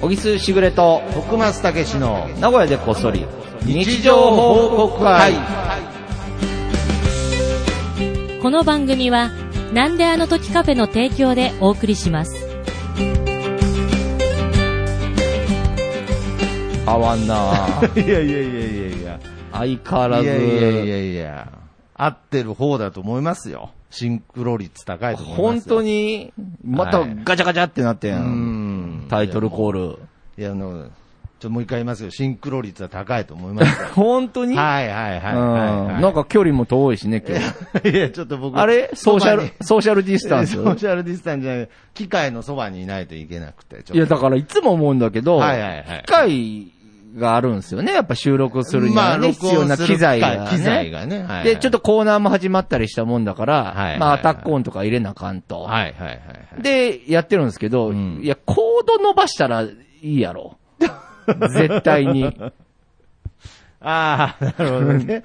小木須しぐれと、徳松たけしの名古屋でこっそり、日常報告会。この番組は、なんであの時カフェの提供でお送りします。合わん ないやいやいやいやいや。相変わらいず、やいやいやいや。合ってる方だと思いますよ。シンクロ率高いと思いますよ。本当に、またガチャガチャってなって。うんん。タイトルコール。。いや、あの、ちょっともう一回言いますよ。シンクロ率は高いと思いますよ 本当にはいはいはいはいはうい。んなんか距離も遠いしね、今日。 いや、ちょっと僕。あれソーシャそばにル、ソーシャルディスタンス。 ソーシャルディスタンスじゃない。機械のそばにいないといけなくて。ちょっといや、だからいつも思うんだけど、はいはいはい機械があるんですよね。やっぱ収録するにはね、まあ必要な機材が、録音ね。する機材がねはいはいで、ちょっとコーナーも始まったりしたもんだから、はいはいまあアタック音とか入れなあかんと。はいはいはいはい。で、やってるんですけど、んいや、コード伸ばしたらいいや ろ。絶対に。ああ、なるほどね。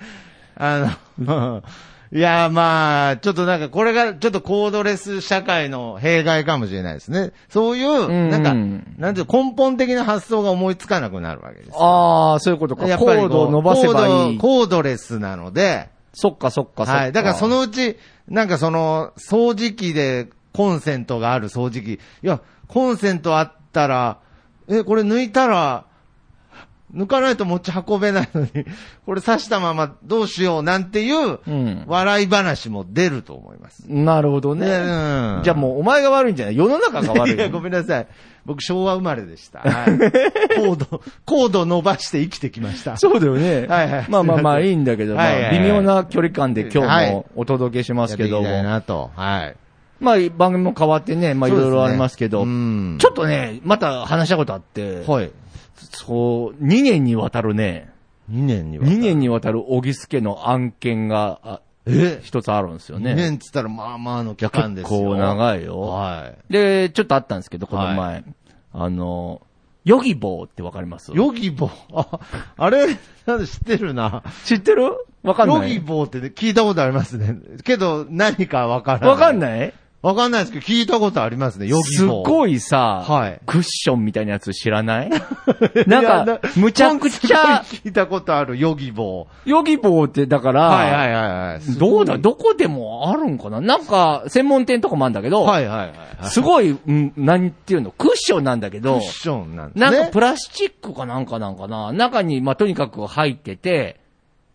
あの、 いや、まあ、ちょっとなんか、これが、ちょっとコードレス社会の弊害かもしれないですね。そういう、んなんか、なんていうの根本的な発想が思いつかなくなるわけです。ああ、そういうことか。やっコぱりこーうドを伸ばせばいいコード。コードレスなので、そっかそっかそっか。はい。だからそのうち、なんかその、掃除機でコンセントがある掃除機。いや、コンセントあったら、え、これ抜いたら、抜かないと持ち運べないのに、 これ刺したままどうしようなんていううん、笑い話も出ると思います。なるほどね。ねうんじゃあもうお前が悪いんじゃない世の中が悪い。いや、ごめんなさい。僕、昭和生まれでした。はい、コード、コード伸ばして生きてきまし た。そうだよね。はいはいまあまあまあいいんだけど、まはいはいあはい微妙な距離感で今は日いもお届けしますけどやっていきたいも。なと。はい。まあ番組も変わってね、まあいろいろありますけど、そうですねうんちょっとね、また話したことあって、はい。そう、2年にわたるね、 2年には。 2年にわたる小木助の案件があえ一つあるんですよ2ね。年っつったら、まあまあの期間ですよ。結構長いよはい。で、ちょっとあったんですけど、この前。はあの、ヨギボーってわかりますヨギボー。あ、あれ、 なんで知ってるな。知ってるわかんヨなギい。ボーってね、聞いたことありますね。けど、何かわからない。わかんい。ないわかんないですけど、聞いたことありますね、ヨすギっボー。い。ごいさ、はいクッションみたいなやつ知ら ないなんかな、むちゃくちゃ、すごい聞いたことある、ヨギボヨギボーってだから、ー。はいはいはいはい。すどうだ、どこでもあるんかななんか、専門店とかもあるんだけど、はいはいはいはい。すごい、うんなんていうの、クッションなんだけクどッ、ションなんですなね。んかプラスチックかなんかなんかな中に、まあ、とにかく入ってて、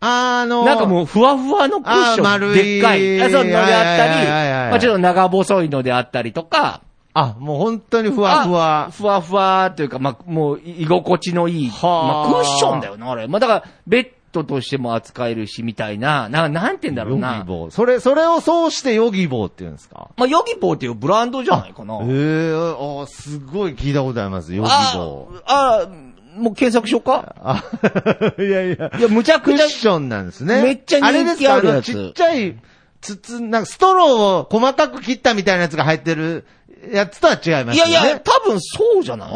あの、なんかもうふわふわのクッシあーョン、丸でいっかい、あそうのであったはいはいはいはいはり、いまあ、ちょっと長細いのであったりとか、あ、もう本当にふわふあわ。ふわふわというか、まあ、もう居心地のいい。はあまあ、クッションだよな、あれ。まあ、だから、ベッドとしても扱えるし、みたいな、な、なんて言うんだろヨうギな。ボー。それ、それをそうしてヨギボーって言うんですかまあ、ヨギボーっていうブランドじゃないかな。ええあすごい聞いたことあります、ヨギあボー。あ、もう検索しようか。あ、 いやいや。いや、むちゃクくッちゃ、ションなんですね。めっちゃ人気あるやつあれですかあのちっちゃい、つつ、なんかストローを細かく切ったみたいなやつが入ってるやつとは違いまいすやいよね。や、多分そうじゃないあ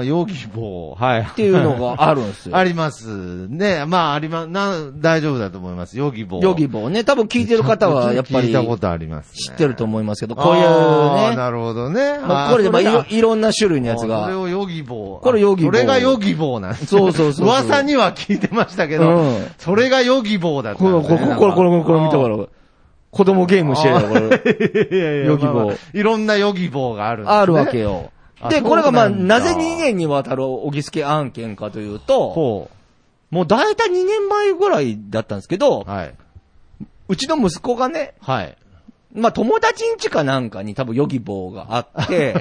あ、ヨギボー。はい。っっていうのがあるんですよ。あります。ね。まあ、ありま、な、大丈夫だと思います。ヨギボー。ヨギボーね。多分聞いてる方は、やっぱ聞り、いたことあります、知ってると思思いますけど、う。こういうあーね。なるほどね。まあ、ーこれでもいそろだいろんな種類のやつあそれが。をヨギボー。これヨギボーそれがヨギボーなんですねそうそうそうそう噂には聞いてましたけど、うんそれがヨギボーだったこれ、これ、これ、これ、これ、これ見てたこれ。子供ゲームしてるよ、これ。いやいやヨギボーまあまあいろんなヨギボーがあるんですねあるわけ。よ。あで、そうこれがまあ、なんだなぜ2年にわたる小木助案件かというと、ほもう大体2年前ぐらいだったんですけどう。、はい。うちの息子がね、はい。まあ友達ん家かなんかに多分ヨギボーがあ って、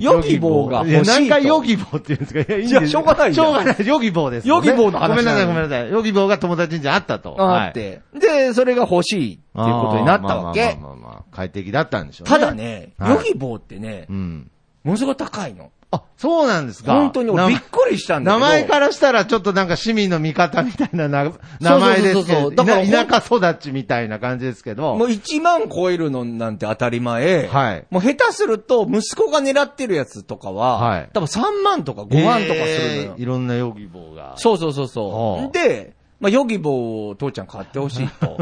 ヨギボーがや欲し何い回ヨと。ギボーって言うんですかいや、いいんですいやしょうがないしじゃんょうがない。ヨギボーですよね。ヨギボーの話ごめんなさい、ごめんなさい。ヨギボーが友達にあったと。あって、で、それが欲しいっていうはい。ことになったわまあけ。まあまあまあまあ快適だったんでしょうね。ただ。ね、はいヨギボーってねう、ん。ものすごい高いの。あ、そうなんですか。本当に俺びっくりしたんだけ名ど。前からしたらちょっとなんか市民の味方みたいなな名前ですけそうそうそうそど、うだから田田舎育ちみたいな感じですけもど、う1万超えるのなんて当たり前。はいもう下手すると、息子が狙ってるやつとかは、はい多分3万とか5万とかするのよ。えーいろんなヨギボーが。そうそうそうそおう。うで、まあ、ヨギボーを父ちゃん買ってほしい と。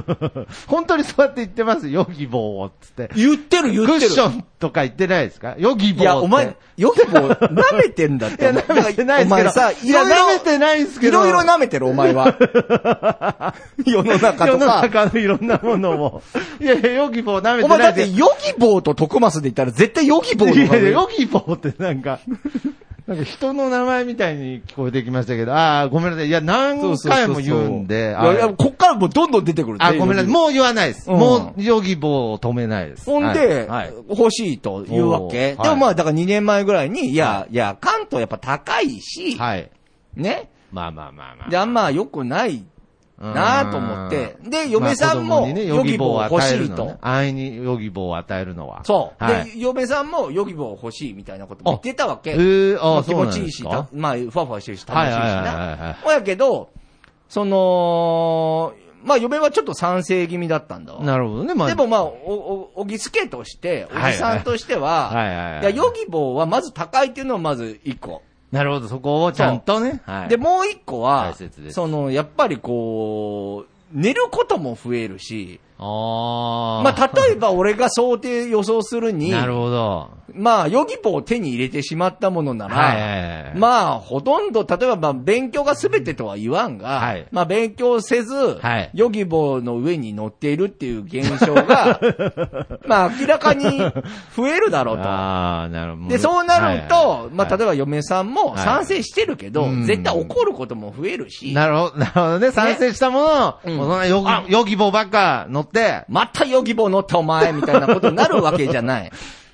本当にそうやって言ってます、ヨギボーをっつって。言ってる言クっッてショる。ンとか言ってないですかヨギボーって。いや、お前、ヨギボー舐めてんだっいて。や、舐めてないですけど。お前さ、いや、それ舐めてないですけいど。ろいろ舐めてる、お前は。 世の中世とのか。中のいろんなものを。いやいや、ヨギボー舐めおてな前いだっでて、ヨギボーと徳マスで言ったら絶対ヨギボーいのや方がいや、上ヨギボーってなん か、なんか人の名前みたいに聞こえてきましたけど、ああ、ごめんなさい。いや、そう何そうそう回そうも言うんで、いやいやあこっからもうどんどん出てくる。あ、ごめんなさい。もう言わないです。うんもう、ヨギボーを止めないです。ほんはいで、はい欲しいというわけ。でおーもまあ、だから2年前ぐらいに、いや、いや、関東やっぱ高いし、はい。ね。まあまあまあまで、あんま良くないなぁと思って。で、嫁さんまあも、子供にねヨギボー欲しいと。安易にヨギボーを与えるのは。そう。はいで、嫁さんもヨギボー欲しいみたいなことも言ってたわけ。あへーあーま気そう持なんですちかいいし、たまあ、ふわふわしてるし、楽しいしはいはいはいはいは。ないほやけど、その、まあ、嫁はちょっと賛成気味だったんだわ。なるほどね、まあ。でもまあ、お、お、おぎすけとして、おはいじさんとしては、はいはいはいや、ヨギボーはまず高いっていうのはまず一個。なるほど、そこをちゃんとね。はいで、もう一個は大切で、すその、やっぱりこう、寝ることも増えるし、あまーあ、例えば俺が想定予想するに、なるほど。まあ、ヨギボーを手に入れてしまったものなら、はいはいはいまあ、ほとんど、例えば、まあ、勉強が全てとは言わんが、はいまあ、勉強せず、はいヨギボーの上に乗っているっていう現象 が、まあ、明らかに増えるだろうと。ああ、なるほど。で、そうなると、はいはいまあ、例えはば嫁さんもはい賛成してるけど、うん絶対怒ることも増えるしい、なるほど、なるほどね。賛成したものを、うんもうそんなヨあギヨギボーばっか乗って、またヨギボー乗ったお前みたいなことになるわけじゃない。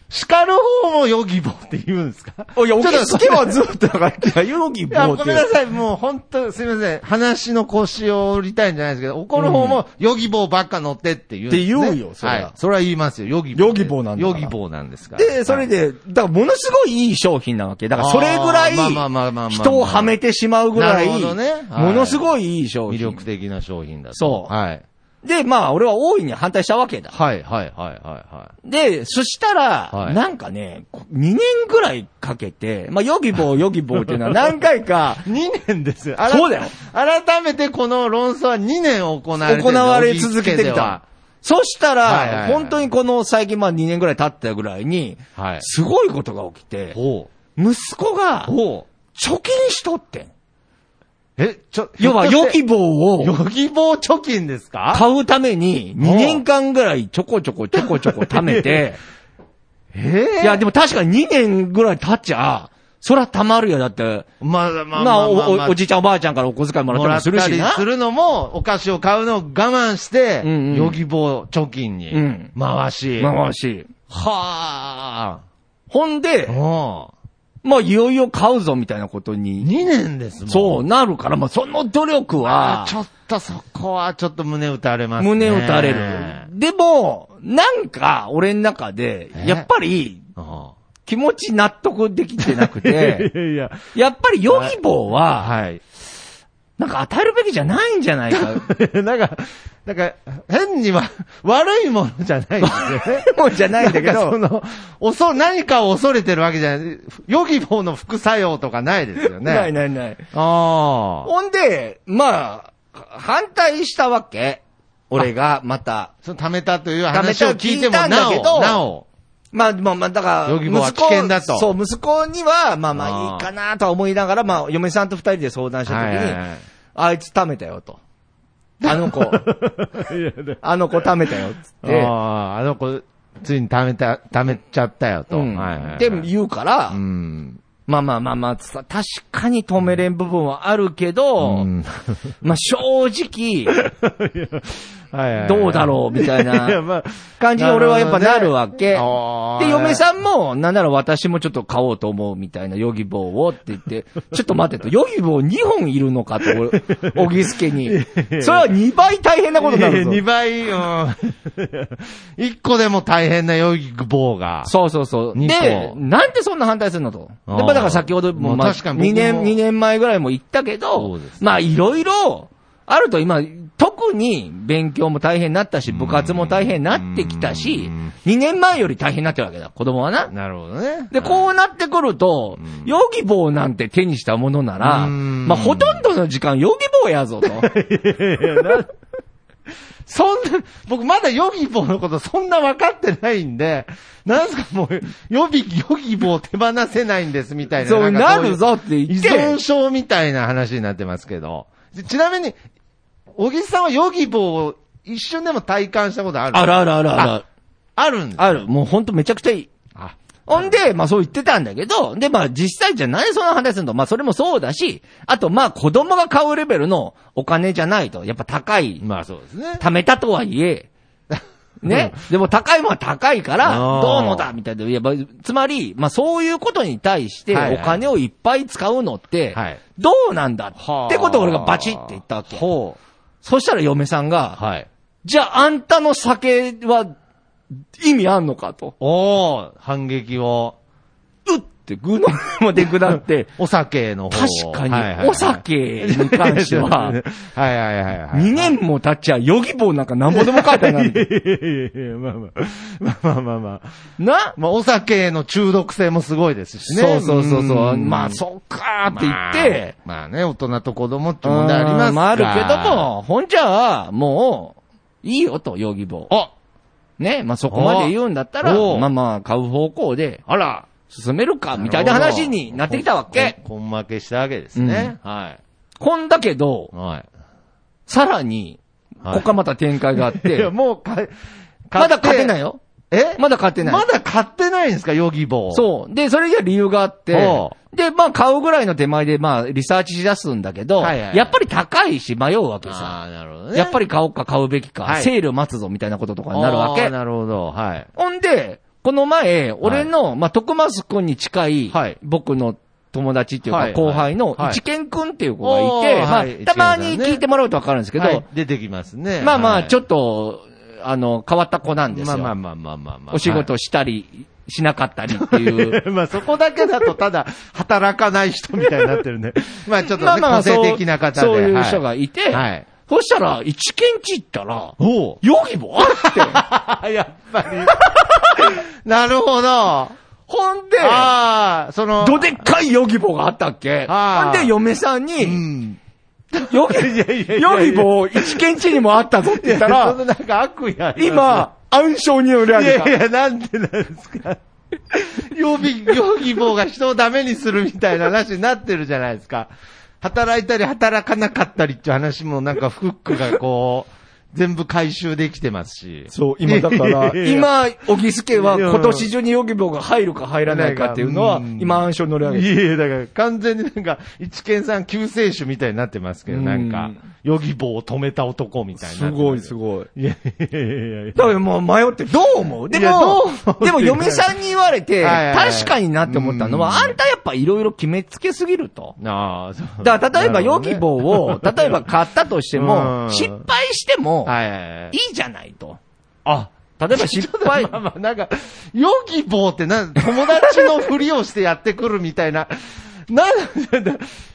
叱る方もヨギボーって言うんですか おいや、おちょっと気付けはずっとだから、いや、ヨギいボや、ーっごて。めんなさい、もう本当、すみません。話の腰を折りたいんじゃないですけど、怒る方も、ヨギボーばっか乗ってって言うんです、ね。って言うよそれははい。それは言いますよ、ヨギボー。ヨギボーなんだかヨらギボーなんですから。で、それはい、で、だからものすごいいい商品なわけ。だからそれぐらいあーまあまあまあまあまあまあ人をはめてしまうぐらい、なるほどねはもいのすごいいい商魅力品。的な商品だと。そうはい。で、まあ俺は大いに反対したわけだ。はい、はい、はい、はい、はで、そしたら、はいなんかね、2年ぐらいかけて、まあヨギボーヨギボーっていうのは何回 かい。2年ですよ。そうだよ。改めてこの論争は2年行われて行るわれ続けてきヨギボーではた。そしたら、はいはいはい本当にこの最近まあ2年ぐらい経ったぐらいに、はい。すごいことが起きて、ほ息子がう。ほう。貯金しとってん。え、ちょ、要はひょヨっとギしボーをて、ヨギボー貯金ですか買うために、2年間ぐらいちょこちょこちょこちょこ貯めて、ええいや、でも確かに2年ぐらい経っちゃ、そら貯まるよ。だって、まあまあまあままあ、あまあ、おおおじいちゃんおばあちゃんからお小遣いもらっもたりもらったするしりな。するのも、お菓子を買うのを我慢して、うんうんヨギボー貯金にうん回し。まあ、し。はあ。ほんで、もまあ、いよいよ買うぞみたいなことう、に、 2年ですもん。そうなるから、まあ、その努力あはち、ょっとそこはちょっと胸打たれますね。胸打たれる。でも、なんか、俺の中で、えやっぱり、あ気持ち納得できてなくあ。いやいて、やいや。やっぱりヨギボーは、はい。なんか与えるべきじゃないんじゃない か。 なんか、なんか、変には、 悪いものじゃないんですよね。もんじゃ ないんだけなんかそど、の、恐、何かを恐れてるわけじゃない。ヨギボーの副作用とかないですよね。ないないない。ああ。ほんで、まあ、反対したわけ。俺が、また。その、貯めたという話を聞いても貯めたな聞いたんだけどお、なお。まあ、まあ、まあ、だから、ヨギボーは息子危険だとそう、息子には、まあまああーいいかなとは思いながら、まあ、嫁さんと二人で相談した時に、あいつ貯めたよと。あの 子、いやであの子貯めたよっつって。ああ、あの子、ついに貯めた、貯めちゃったよと。うんはいはいはいって言うから、うん。まあまあまあまあ、さ確かに止めれん部分はあるけど、うんまあ正直、はいはいはいどうだろうみたいな ややまあ感じに俺はやっぱなるわけ。なるほどで、ねあー嫁さんも、なんなら私もちょっと買おうと思うみたいな、ヨギボーをって言 って、ちょっと待ってと、ヨギボー2本いるのかと、俺小木助に。それは2倍大変なことになるぞ いや。いや二倍、うん。一個でも大変なヨギ棒が。そうそうそう。二で、個なんでそんな反対するのと。で、あーまあだから先ほども、ままああ、確かに僕も2年、二年前ぐらいも言ったけそどうで、すまあいろいろ、あると今、特に勉強も大変になったし、部活も大変になってきたし、2年前より大変になってるわけだ、子供はな。なるほどね。で、こうなってくると、ヨギボーなんて手にしたものなら、うんまあ、ほとんどの時間ヨギボーや ぞと。そんな、僕まだヨギボーのことそんな分かってないんで、なんすかもう、ヨギ、ヨギボー手放せないんですみたいな。そうなんかなるぞって依言って存症みたいな話になってますけど。ちちなみに、小木さんはヨギボーを一瞬でも体感したことあるあるあるあるある。あるんですある。もうほんとめちゃくちゃいい。あほんで、まあそう言ってたんだけど、でまあ実際じゃないその話するの。まあそれもそうだし、あとまあ子供が買うレベルのお金じゃないと、やっぱ高い。まあそうですね。貯めたとはい え、ね、でも高いもんは高いから、あーどうのだみたいな。いやまあつまり、まあそういうことに対してはいはいお金をいっぱい使うのってはい、どうなんだってことを俺がバチって言ったわけ。ほそしたら嫁さんう。が、はい。じゃああんたの酒は意味あんのかと。おー、反撃を。うってぐのまで下って、 お酒の方を確はいはいかはいに、お酒に 関しては、はいはいはいはい。 2年も経っちゃ、ヨギ棒なんかなんぼでも書いてあるいやいやいやまあまあ、まあまあまあまあ。 な。まあ、お酒の中毒性もすごいですしね。そうそうそうそう。んまあ、そっかーって言って、まあ、まあね、大人と子供って問題ありますうかんあるけど。も、ほんじゃあ、もう、いいよと、ヨギ棒。あね、まあそこまで言うんだったら、おまあまあ、買う方向であら。進めるか、みたいな話になってきたわけ。こん。こん負けしたわけですね。はい。こんだけど、はい。さらに、はいここがまた展開があっいや、て、もうか、まだ勝てないい。よ。えまだ勝てない。まだ買ってないんですか、ヨギボー。う。そう。で、それじゃ理由があってほ、で、まあ買うぐらいの手前で、まあリサーチしだすんだけど、はいはいやっぱり高いし迷うわけさ。ああ、なるほどね。やっぱり買おうか買うべきか、はいセール待つぞみたいなこととかになるわあーけ。なるほど。はい。ほんで、この前、俺の、まあ、徳松くんに近い、はい僕の友達っていうか、はい後輩のはい一見くんっていう子がいて、おーまあはい、たまに聞いてもらうとわかるんですけど、はい出てきますね。まあまあ、はいちょっと、あの、変わった子なんですまあよ。まあまあまあまあまあ。お仕事したり、しなかったりって いう。まあそこだけだとただ働かない人みたいになってるね。 まあちょっと、ね、まあまあ、個そ性う的な方で。そういうは人がいて、はいそしたら、一見地行ったら、おう。ヨギボあって、 やっぱり。なるほど。あほんで、あ、その。どでっかいヨギボがあったっけあほんーで、嫁さんに、うん。ヨいやいやいやギ、いやヨギボ一見地にもあったぞって言ったそら、のなんか悪意ありま今、暗証によりあすね。げいやいた。や、なんでなんですか。予備、予備棒が人をダメにするみたいな話になってるじゃないですか。働いたり働かなかったりっていう話もなんかフックがこう、全部回収できてますし。そう、今だから、いやいや今、小木助は今年中にヨギボが入るか入らないかっていうのは、うん今暗証に乗り上げいた。えいえ、だから完全になんか、一見さん救世主みたいになってますけど、なんうかん、ヨギ棒を止めた男みたいな。すごい、すごい。い。いやいやいや いだや。からもう迷って、どう思うでいやどうも思うっ、てでも嫁さんに言われて、はいはいはい確かになって思ったのは、あんたやっぱいろいろ決めつけすぎると。ああ、そう。だから例えば、ヨギ棒棒を、例えば買ったとしてうも、ん失敗しても、はいはいはいい。いじゃないと。あ、例えば失 敗、まあまあ、なんか、ヨギ棒ってなん、友達のふりをしてやってくるみたいな。 なんだ、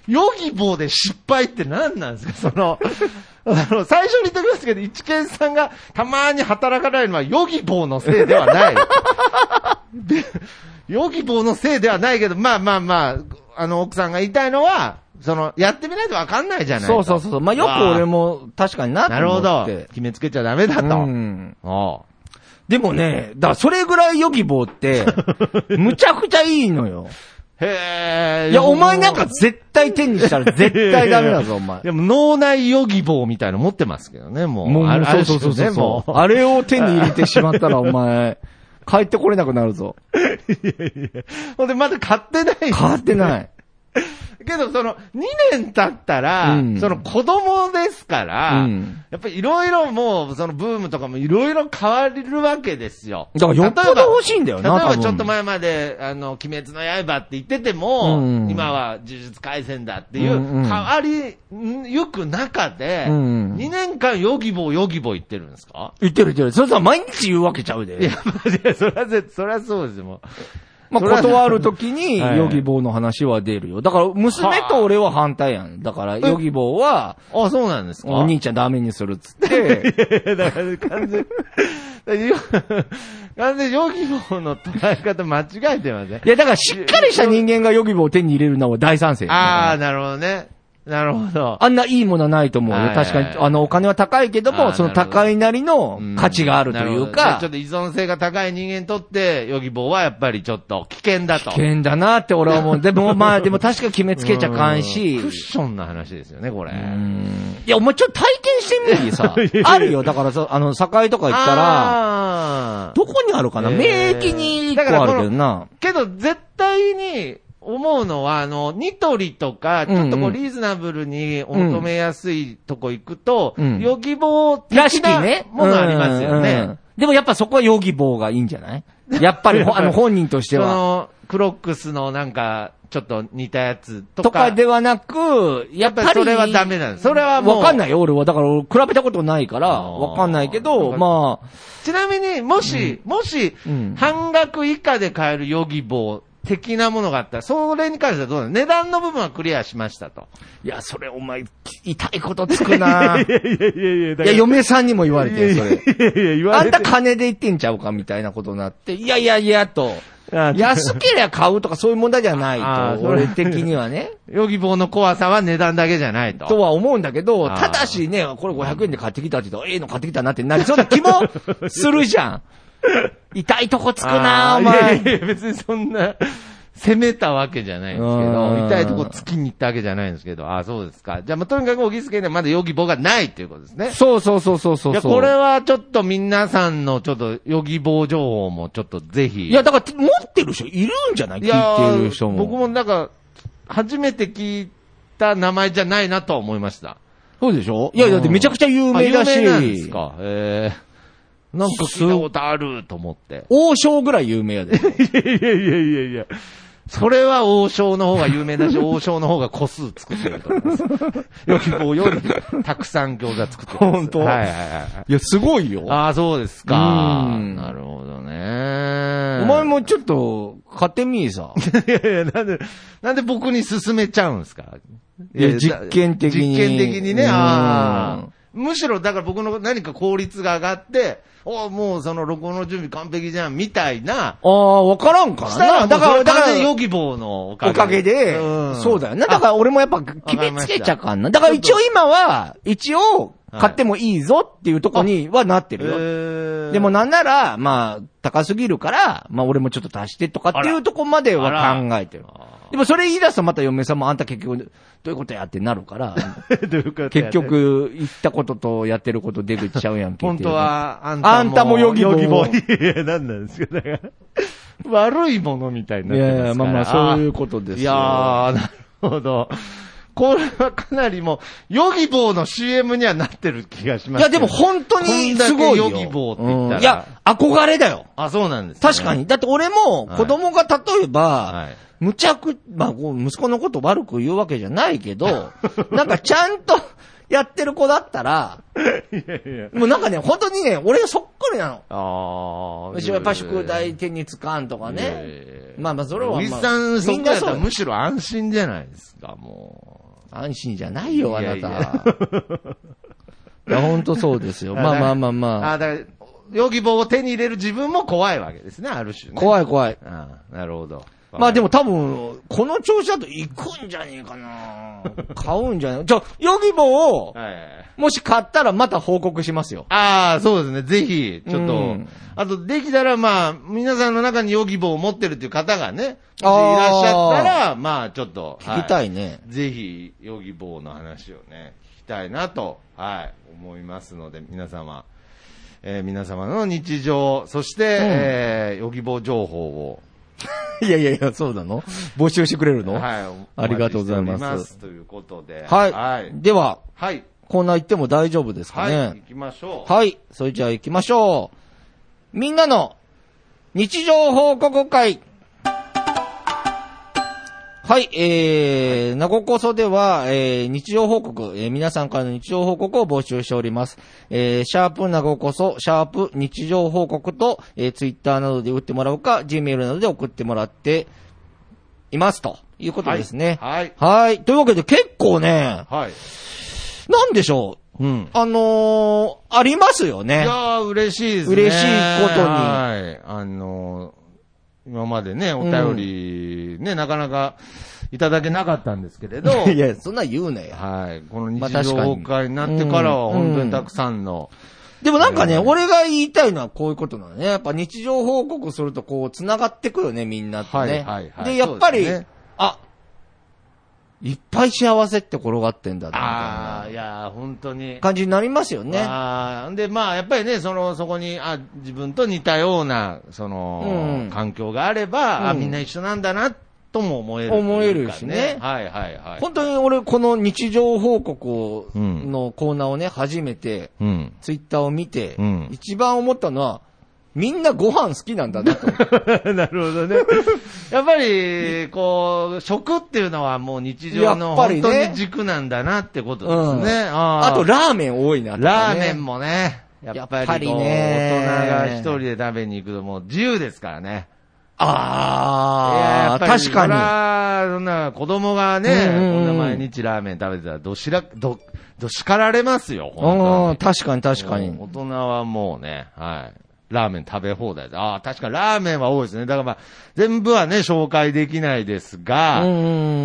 ヨギ棒で失敗って何なんですかその、 あの、最初に言ってきますけど、一見さんがたまに働かないのはヨギ棒のせいではない。 でヨギ棒のせいではないけど、まあまあまあ、あの、奥さんが言いたいのは、その、やってみないとわかんないじゃないそうそうそう。まあ、よく俺も。も確かになとなる思ほっどて。。決めつけちゃダメだと。うんおうでもね、だからそれぐらいヨギボー って、むちゃくちゃいいのよ。へえ。いや、お前なんか絶対手にしたら絶対ダメだぞ、お前。でも脳内ヨギ棒みたいなの持ってますけどね、もう。もあう、るそうそうそうそうある種ねもうあれを手に入れてしまったら、お前、帰ってこれなくなるぞ。ほんで、まだ買ってないんです。変わってない。けど、その、2年経ったら、うんその子供ですから、うんやっぱりいろいろもう、そのブームとかもいろいろ変わるわけですよ。だからよっぽど例えば欲しいんだよな例え多ば分ちょっと前まで、あの、鬼滅の刃って言ってても、うん今は呪術廻戦だっていう、うんうん変わりゆく中で、うん2年間ヨギ棒ヨギ棒言ってるんですか言ってる言ってる。それさ、毎日言うわけちゃういやで。、まあいやそれはぜ、それはそうですよ、もう。まあ、それは断るときに、はいヨギボーの話は出るよ。だから、娘と俺は反対やん。だから、ヨギボーは、あ、そうなんですかお兄ちゃんダメにするっつ って、だから完全、だからよ完全にヨギボーの捉え方間違えてますねい。や、だから、しっかりした人間がヨギボーを手に入れるのは大賛成。ああ、なるほどね。なるほど。あんないいものはないと思うはいよ。はいはい確かに。あの、お金は高いけどあも、ーそのなるほど高いなりの価値があるというなるほどかちょ、っと依存性が高い人間にとって、ヨギボーはやっぱりちょっと危険だと。危険だなって俺は思う。で も、まあ、でも確か決めつけちゃかんしう。クッションの話ですよね、これ。いや、お前ちょっと体験してみる さ。あるよ。だからさ、あの、境とか行ったら、らどこにあるかなえー名駅に一個あるけどな。けど、絶対に、思うのは、あの、ニトリとか、ちょっとうんうこう、んリーズナブルにお求めやすいとこ行くと、うんヨギボーらし的きなね。ものありますようんうんうねん。。でもやっぱそこはヨギボーがいいんじゃないやっぱ りほ、あの、本人としてそは。の、クロックスのなんか、ちょっと似たやつとか。とかではなく、やっぱり。それはダメなんですそれはもうわかんないよ、俺は。だから、俺比べたことないから、あーわかんないけわど、かまあ、ちなみに、もし、もし、うん半額以下で買えるヨギボー的なものがあったら、それに関してはどうなの値段の部分はクリアしましたと。いや、それお前、痛いことつくない いやいやいや、や、嫁さんにも言われてる、それ。 言あんた金で言ってんちゃうかみたいなことになって、いやいやいや と、安けりゃ買うとかそういう問題じゃあなーいそと、れ俺的にはね、ヨギボーの怖さは値段だけじゃないと。とは思うんだけど、あーただしね、これ500円で買ってきたって言ったら、ええの買ってきたなってなりそうな気もするじ ゃん。痛いとこつくなあーお前い。やいや、別にそんな、 責めたわけじゃないんですけうど、ん痛いとこ突きに行ったわけじゃないんですけど、ああ、そうですか。じゃあ、まあ、とにかく、おぎすけにはまだヨギボーがないっていうことですね。そうそうそうそうそうそう。いや、これはちょっと皆さんのちょっと、ヨギボー情報もちょっとぜひ。いや、だから持ってる人いるんじゃないい聞やーいてる人も。僕もなんか、初めて聞いた名前じゃないなとは思いました。そうでしょいやいや、だってめちゃくちゃ有あ名だし。有名なんですか。えー、なんか聞いたことあると思って。王将ぐらい有名やで。いやいやいやいやいや。それは王将の方が有名だし、王将の方が個数作ってると思います。ヨギボーよりたくさん餃子作ってます。本当はいはいはい。 いや、すごいよ。ああ、そうですか。うんなるほどね。お前もちょっと、買ってみー さ。いやいや、なんで、なんで僕に勧めちゃうんですかいや実験的に実験的にうね、んああ。むしろ、だから僕の何か効率が上がって、おもうその録音の準備完璧じゃん、みたいな。ああ、わからんかしたら、らな。だから、だだかから、らヨ、ギボーのおかげおかげで、そうだよな。だから俺もやっぱ決めつけちゃかんな。だから一応今は、一応、買ってもいいぞっていうとこにはなってるよ。でもな、なんなら、まあ、高すぎるから、まあ俺もちょっと足してとかっていうとこまでは考えてる。でもそれ言い出すとまた嫁さんもあんた結局、どういうことやってなる から、 どういうことやね結、局、言ったこととやってること出口ちゃうやんけっ本ていうね。当は、あんあんたもヨギボーー。いやいや、なんなんですか、だから。 悪いものみたいにいなってますやいや、から。まあまあ、そういうことですいよ。やー、なるほど。これはかなりもう、ヨギボーの CM にはなってる気がしまいすや、けでもど本当にすごいよ。こんだけヨギボーって言ったらうんいや、憧れだよ。あ、そうなんです、確か。に。だって俺も、 はい子供が例えばはい、むちゃく、まあ、こう息子のこと悪く言うわけじゃないけ ど、なんかちゃんとやってる子だったら、いやいや。もうなんかね、本当にね、俺そっくりなの。あー。うちはやっぱ宿題手につかんとかいやいやね。いや。まあまあ、それはまあウィスさん、そみんんななやったそらう。むしろ安心じゃないですか、も安心じゃないよ、あないた。やい いや、本当そうです う。よ。まあまあまあまだからあ。あー、だから、ヨギボーを手に入れる自分も怖いわけですね、ある種、ね。い。怖い怖い。あーなるほど。まあでも、も多分、この調子だと行くんじゃねえか な買うんじゃねえじゃあ、ヨギボを、はい。もし買ったらまた報告しますよ。ああ、そうですね。ぜひ、ちょっと、うんあと、できたら、まあ、皆さんの中にヨギボーを持ってるっていう方がね、もしいあーらっしゃったら、まあ、ちょっと、聞きたい。いね。ぜひ、ヨギボーの話をね、聞きたいなと、はい、思いますので、皆様、えー皆様の日常、そして、えーヨギボー情報を、 い、やいやいや、そうなの募集してくれるのはい、おありがとうございますお待ちしておりということで、はい。はい。では、はい。コーナー行っても大丈夫ですかはい。ね。行きましょう。はい。それじゃあ行きましょう。みんなの日常報告会。はい、えー、なごこそでは、えー、日常報告、えー、皆さんからの日常報告を募集しております。えー、シャープなごこそ、シャープ日常報告と、えー、ツイッターなどで打ってもらうか、Gmail などで送ってもらっていますということですね。はい。はい。というわけで結構ね、はい。なんでしょう。うん。あのー、ありますよいね。やー、嬉しいですね。嬉しいことにはい。あのー、今までね、お便り、ね、なかなかいただけなかったんですけれど、 いや、そんなん言うなよ。はい。このまあ日確常かに崩壊になってからは、うん本当にたくさんの、でもなんかね、うん俺が言いたいのはこういうことなのね。やっぱ日常報告するとこう、繋がってくよね、みんなってね。はいはいはいで、やっぱり、そうですねあ、いっぱい幸せって転がってんだな、あみあ、たいいなやー、本当に。感じになりますよね。あーで、まあ、やっぱりね、その、そこに、あ、自分と似たような、その、うん環境があれば、あ、うんみんな一緒なんだな、とも思えるというか、思えるしねはいはいはい。本当に俺、この日常報告をうんのコーナーをね、初めて、うん。ツイッターを見て、うん一番思ったのは、みんなご飯好きなん だな と。なるほどね。 やっぱり、こう、食っていうのはもう日常やのっぱりね本当に軸なんだなってことですうんね。ああーと、ラーメン多いなとかラね、ーメンもね、やっぱやっぱりりこうね大人が一人で食べに行くともう自由ですからね。ああ、いややっぱり確かに。そらそんな子供がね、うんうんうんこんな毎日ラーメン食べてたらどしら、ど、ど叱られますよ、うん、本確かに当確かにも。う大人はもうね、はい。ラーメン食べ放題です。ああ、確かにラーメンは多いですね。だからまあ、全部はね、紹介できないですが、ま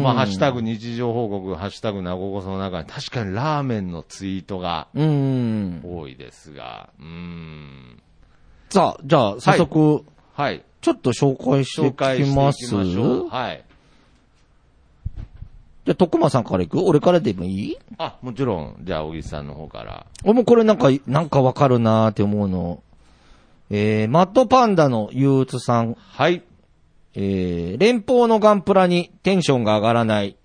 まあ、ハッシュタグ。グ日常報告、ハッシュタグなごこその中に確かにラーメンのツイートがうん。多いですが、うーん。さあ、じゃあ、早速、はい。ちょっと紹介して紹介いしてきいきま。ますしょう。はい。じゃあ、徳間さんからいく俺からでもいいあ、もちろん、じゃあ、小木さんの方から。俺もこれなんか、なんかわかるなーって思うの。えー、マットパンダの憂鬱さん。はい。 えー、連邦のガンプラにテンションが上がらない。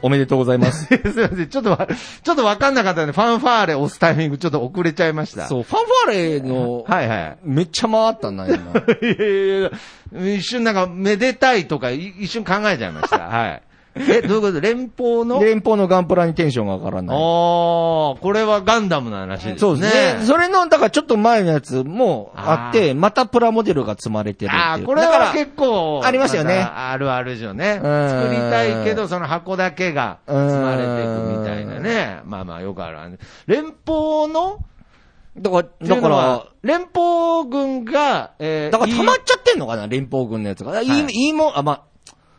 おめでとうございます。すいません、ちょっとわ、ちょっとわかんなかったんで、ファンファーレ押すタイミングちょっと遅れちゃいまし た。そう、ファンファーレの、はい はめっちゃ回ったな、 今。い。いやいやいや一瞬なんか、めでたいとか、い一瞬考えちゃいました。はい。え、どういうこと連邦の連邦のガンプラにテンションが上がらない。ああ、これはガンダムの話ですね。そうですね。それの、だからちょっと前のやつもあって、またプラモデルが積まれてるっていう。ああ、これだからは結構、ありますよねたあるあるですよね。ん作りたいけど、その箱だけが積まれていくみたいなね。まあまあ、よくある話。連邦のだから、っていだうのからは、、連邦軍が、えーだから溜まっちゃってんのかな、連邦軍のやつが。いい、いいもん、あ、ま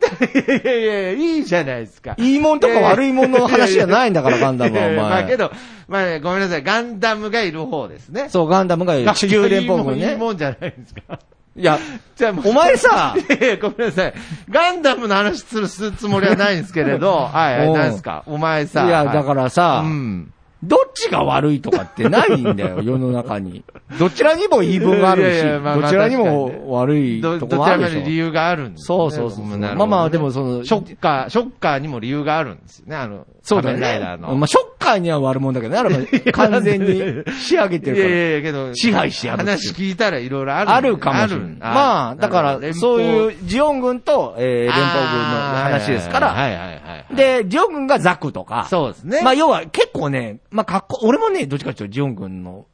いいやいやいや、いいじゃないですか。あ、いいもんとか悪いもんの話じゃないんだから、ガンダムは、おいやい やまあけ前。ど、まあね、ごめんなさい、ガンダムがいる方ですね。そう、ガンダムがいる地球連邦軍いいもんいいね。もんじゃないですか。 いや、じゃあもうお前さ い、やいや、ごめんなさい。ガンダムの話するするつもりはないんですけ れど、はい、はい、うんなんですか。お前いさ。や、はいだからさう、ん。どっちが悪いとかってないんだ よ、世の中に。どちらにも言い分があるいし、やいやまあまあどちらに確かにも悪いど、とどこもちあらるかでしょに理由があるんですね。そうそうそうなそうるほどねまあまあでもそのショッカー、ショッカーにも理由があるんですよね、あの、そうだ仮面ライダねー。の。まあ、ショッカーには悪者だけどね、あれ は完全に仕上げいてやるいから。やいや、けど、支配してやるっていう話聞いたらいろいろあるんだ。あるかもしれあなるい。んまあ、だから、そうう、いう、ジオン軍と、えー、連邦軍の話ですから、はいはいはいはいはい。、で、ジオン軍がザクとか、そうですね。まあ、要は結構ね、まあ、かっこ、俺もね、どっちかっていうとジオン軍の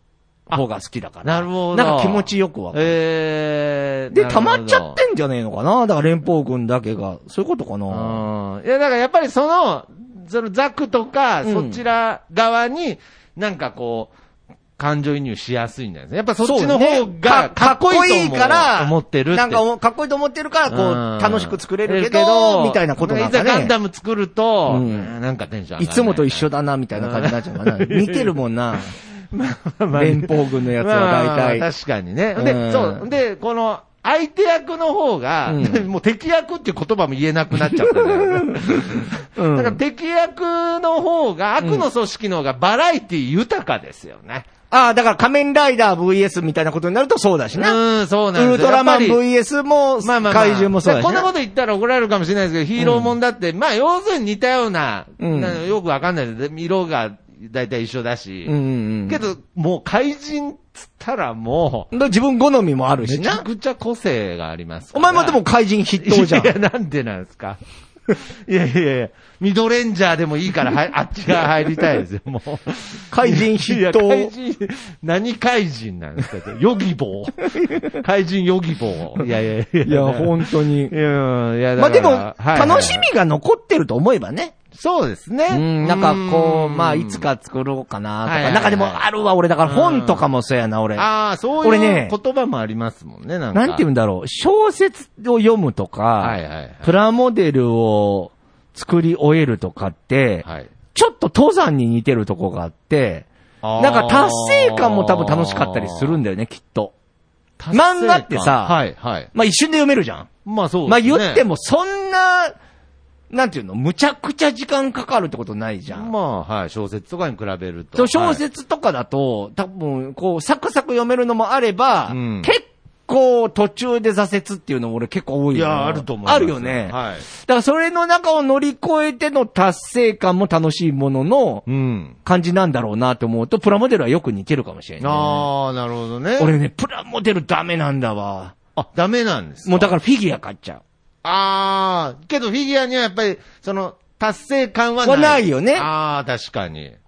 方が好きだから、なるほど。なんか気持ちよくわかる。えー、で、なる溜ほまどっちゃってんじゃねえのかなだから連邦軍だけが。そういうことかうな。ん。いや、だからやっぱりその、そのザクとか、うんそちら側に、なんかこう、感情移入しやすいんじゃないですか。やっぱそっちそうの方ねがかっこいいとかから思ってるって。なんかおかっこいいと思ってるから、こうんう、楽しく作れるけど、みたいなことなんかいざガンね。ダム作ると、うんなんかテンション上いがらないつもと一緒だな、みたいな感じになっちゃうか な。似てるもんな。連邦軍のやつは大まあ体。確かにね。うで、んそう。で、この、相手役の方が、うんもう敵役っていう言葉も言えなくなっちゃったね。うんだから敵役の方が、悪の組織の方がバラエティ豊かですよね。ああ、だから仮面ライダー VS みたいなことになるとそうだしな。うん、そうなんですよウルトラマンやっぱり VS も、まあまあまあ、怪獣もそうだしこんなこな。と言ったら怒られるかもしれないですけど、ヒーローもんだって、まあ、要するに似たような、うんなよくわかんないです。色が大体一緒だし。うんうんうんけど、もう怪人っつったらもだから自分好みもあう、るめしちゃな。くちゃ個性がありますかおら前もでも怪人筆頭じゃんい。や、なんでなんですか。 いやいやいや、ミドレンジャーでもいいか ら、はい、あっちが入りたいですよ、もう。怪人い筆や怪頭。人、何怪人なんですかヨギボ ー。怪人ヨギボー。いやいやいや。いや、本当にい。やいや、だまあかでらも、はいはい楽しみが残ってると思えばね。そうですね。うん、なんかこう、まあいつかか作ろうかなとはいはいか。はいなんかでもあるわ、俺。だから本とかもそうやな、俺。ああ、そう俺いねう言葉もありますもんね、なんか。なんて言うんだろう。小説を読むとはいか、はいはい。プラモデルを作り終えるとかって、はい。ちょっと登山に似てるとこがあって、なんか達成感も多分楽しかったりするんで。だよね、きっと。達成感漫画ってさはいはい。まあ一瞬で読めるじゃん。まあそうまであすね。言ってもそんな、なんていうの、むちゃくちゃ時間かかるってことないじゃん。まあはい、小説とかに比べると。そう小説とかだと、多分、こう、サクサク読めるのもあれば、うん結構途中で挫折っていうのも俺結構多はいい。いよや、あると思います。あるよね。はい。だからそれの中を乗り越えての達成感も楽しいもののうん。感じなんだろうなと思うと、プラモデルはよく似てるかもしれない。ああ、なるほどね。俺ね、プラモデルダメなんだわ。あ、ダメなんです。もうだからフィギュア買っちゃああ、けどフィギュアにはやっぱり、その、達成感ははない。ないよねああ、確かに。う。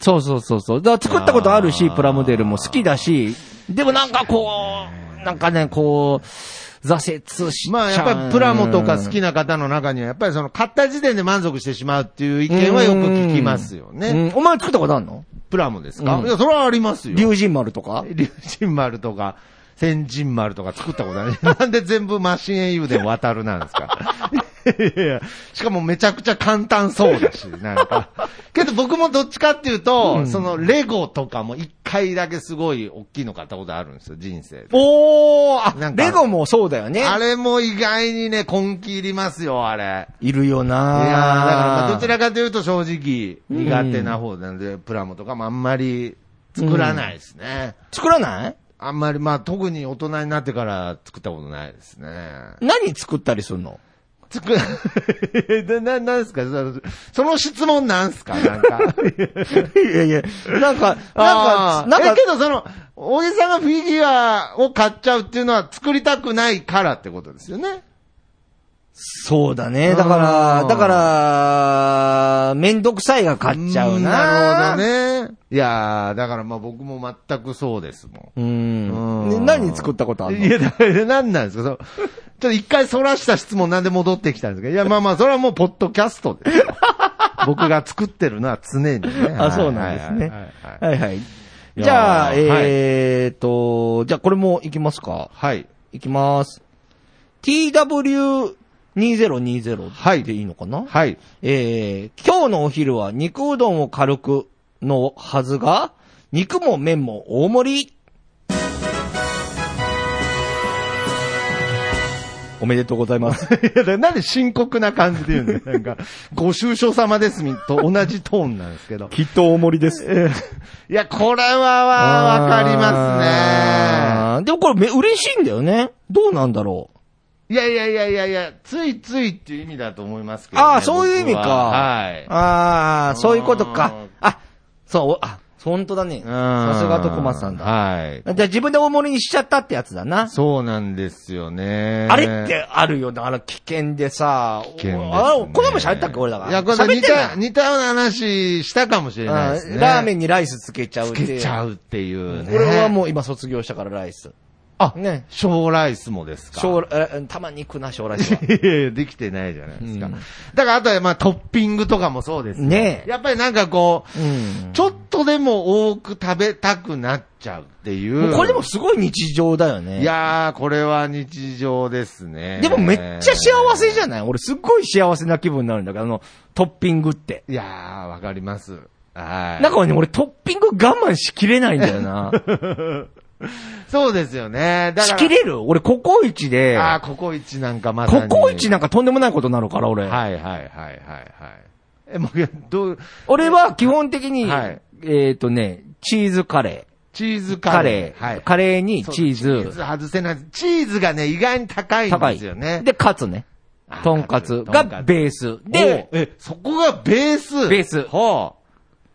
そうそうそうそう。だから作ったことあるし、あープラモデルも好きだし、でもなんかこう、なんかね、こう、挫折しちゃう。まあやっぱりプラモとか好きな方の中には、やっぱりその、買った時点で満足してしまうっていう意見はよく聞きますようね。ん。お前作ったことあるのプラモですか、うんいや、それはありますよ。竜神丸とか竜神丸とか、千神丸とか作ったことない。 なんで全部マシン英雄で渡るなんですか いやいやしかもめちゃくちゃ簡単そうだ し、なんか。けど僕もどっちかっていうと、そのレゴとかも一回だけすごい大きいの買ったことあるんですよ、人生で。おー、なあ、んかレゴもそうだよね。あれも意外にね、根気いりますよ、あれ。いるよいなやーだからまあどちららかというと正直苦手な方なんで、プラモとかもあんまり作らないですね。作らないあんまり、まあ、特に大人になってから作ったことないですね。何作ったりするの 作、な、な、なん ですかそのその質問なんですかな んか。いやいや、なんか、ななんんか、か、ななんんけか、どその、おじさんがフィギュアを買っちゃうっていうのは作りたくないからってことですよね。そうだね。だかうんら、だから、めんどくさいが買っちゃうな。なるほどね。いやー、だからまあ僕も全くそうですもううんん。ね何作ったことあん。るいのや、だからなんなんです かそのちょっと一回そらした質問なんで戻ってきたんですかいや、まあまあ、それはもうポッドキャストで すよ。僕が作ってるのは常にね。あ、そうなんですねはいははいいはい。はい。やじゃあ、はいえーと、じゃあこれもいきますか。はい。いきます。TW2020 でいいのかなはい。えー今日のお昼は肉うどんを軽くのはずが、肉も麺も大盛り。おめでとうございます。いや、だなんで深刻な感じで言うんだ よ。なんか、ご愁傷様ですみ、と同じトーンなんですけど。きっと大盛り です。いや、これはわ、わかりますね。ね。でもこれめ嬉しいんだよね。どうなんだろいやいやいやいやいや、ついついっていう意味だと思いますけう。ど、ね。ああ、そういう意味か。僕ははい。ああ、そういうことうかん。あ、そう、あ、本当だね。さすが徳松さんだ。はい。じゃあ自分で大盛りにしちゃったってやつだな。そうなんですよね。あれってあるよな、あの危険でさ。危険ですね、あこの前も喋ったっけ、俺だから。いや、こ喋っれ似てた、ん似たような話したかもしれないですうね。んラーメンンにライスつけちゃうってつけちゃう。うっていうね。俺はもう今卒業したからライス。あ、ねね。小ライスもですか将来、えたまに行くな、将来 は。いやいや できてないじゃないですか。うんだから、あとは、まあ、トッピングとかもそうですよねえやっぱりなんかこう、うん。ちょっとでも多く食べたくなっちゃうっていもう。うこれでもすごい日常だよね。いやー、これは日常ですね。でもめっちゃ幸せじゃない俺すっごい幸せな気分になるんだけど、あの、トッピングって。いやー、わかります。はい。なんかね、俺トッピング我慢しきれないんだよ な。そうですよね。だかしら。きれる俺ココイチで、ああ、ココイチなんかまさコに。コイチななんかとんでもないことになるから、俺。はいはいはいはいはい。え、もういや、どう、俺は基本的に、はいえっ、とね、チーズカレチーズー。カカレレー。ー。はい。カレーにそうチーズ。外せない。チーズがね、意外に高いん高でい。すよね。で、カツねあ。とんかつカツとがんかつベース。でで、、え、そこがベースベースは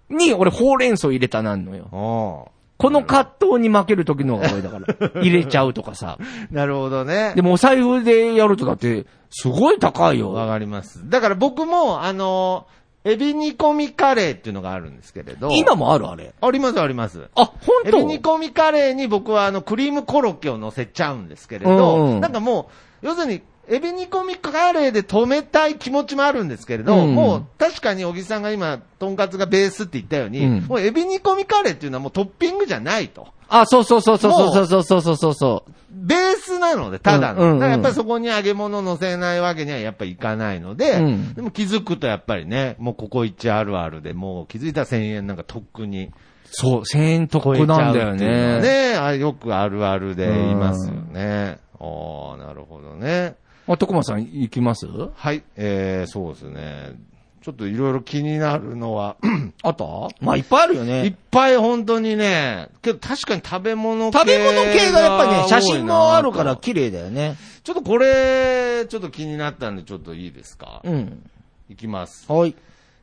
に俺ほうれん草入れたなんのよ。あ。はこの葛藤に負ける時の方が多いだ から。入れちゃうとかさ。なるほどね。でもお財布でやるとだって、すごい高いわよ。かります。だから僕も、あの、エビ煮込みカレーっていうのがあるんですけれど。今もあるあれ。ありますあります。あ、本エ当ビ煮込みカレーに僕はあの、クリームコロッケを乗せちゃうんですけれど、うんうんなんかもう、要するに、エビ煮込みカレーで止めたい気持ちもあるんですけれど、うんもう確かに小木さんが今、とんかつがベースって言ったように、うんもうエビ煮込みカレーっていうのはもうトッピングじゃないと。あ、そうそうそうそうそうそうそうそうそうそう。ベースなので、ただの。うんうんうんだからやっぱりそこに揚げ物乗せないわけにはやっぱりいかないので、うんでも気づくとやっぱりね、もうここ一あるあるで、もう気づいたら1000円なんかとっくにそう、1000円超え得ちなゃんうだっよていうのはね。ね。あよくあるあるで言いますよね。ああ、なるほどね。あ、徳間さん行きますはい、えー、そうですね。ちょっといろいろ気になる のは、あったまあいっぱいあるよいっね。ぱい本当にね、けど確かに食べ物系食べ物系がやっぱりね、写真もあるか多いならと綺麗だよね。ちょっとこれ、ちょっと気になったんで、ちょっといいですか、うん。いきます。はい。